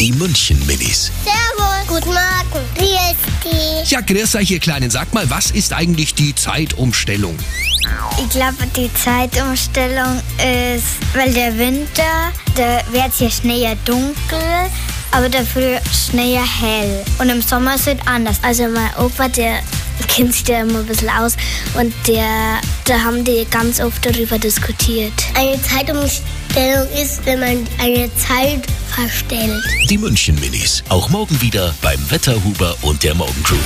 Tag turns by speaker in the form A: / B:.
A: Die München Minis.
B: Servus. Guten Morgen. Wie ist die?
A: Ja, grüß euch, ihr Kleinen. Sag mal, was ist eigentlich die Zeitumstellung?
B: Ich glaube, die Zeitumstellung ist, weil der Winter, da wird hier schneller dunkel, aber dafür schneller hell. Und im Sommer ist es anders.
C: Also mein Opa, der kennt sich da immer ein bisschen aus und der, da haben die ganz oft darüber diskutiert.
B: Eine Zeitumstellung ist, wenn man eine Zeit verstellt.
A: Die München Minis. Auch morgen wieder beim Wetterhuber und der Morgencrew.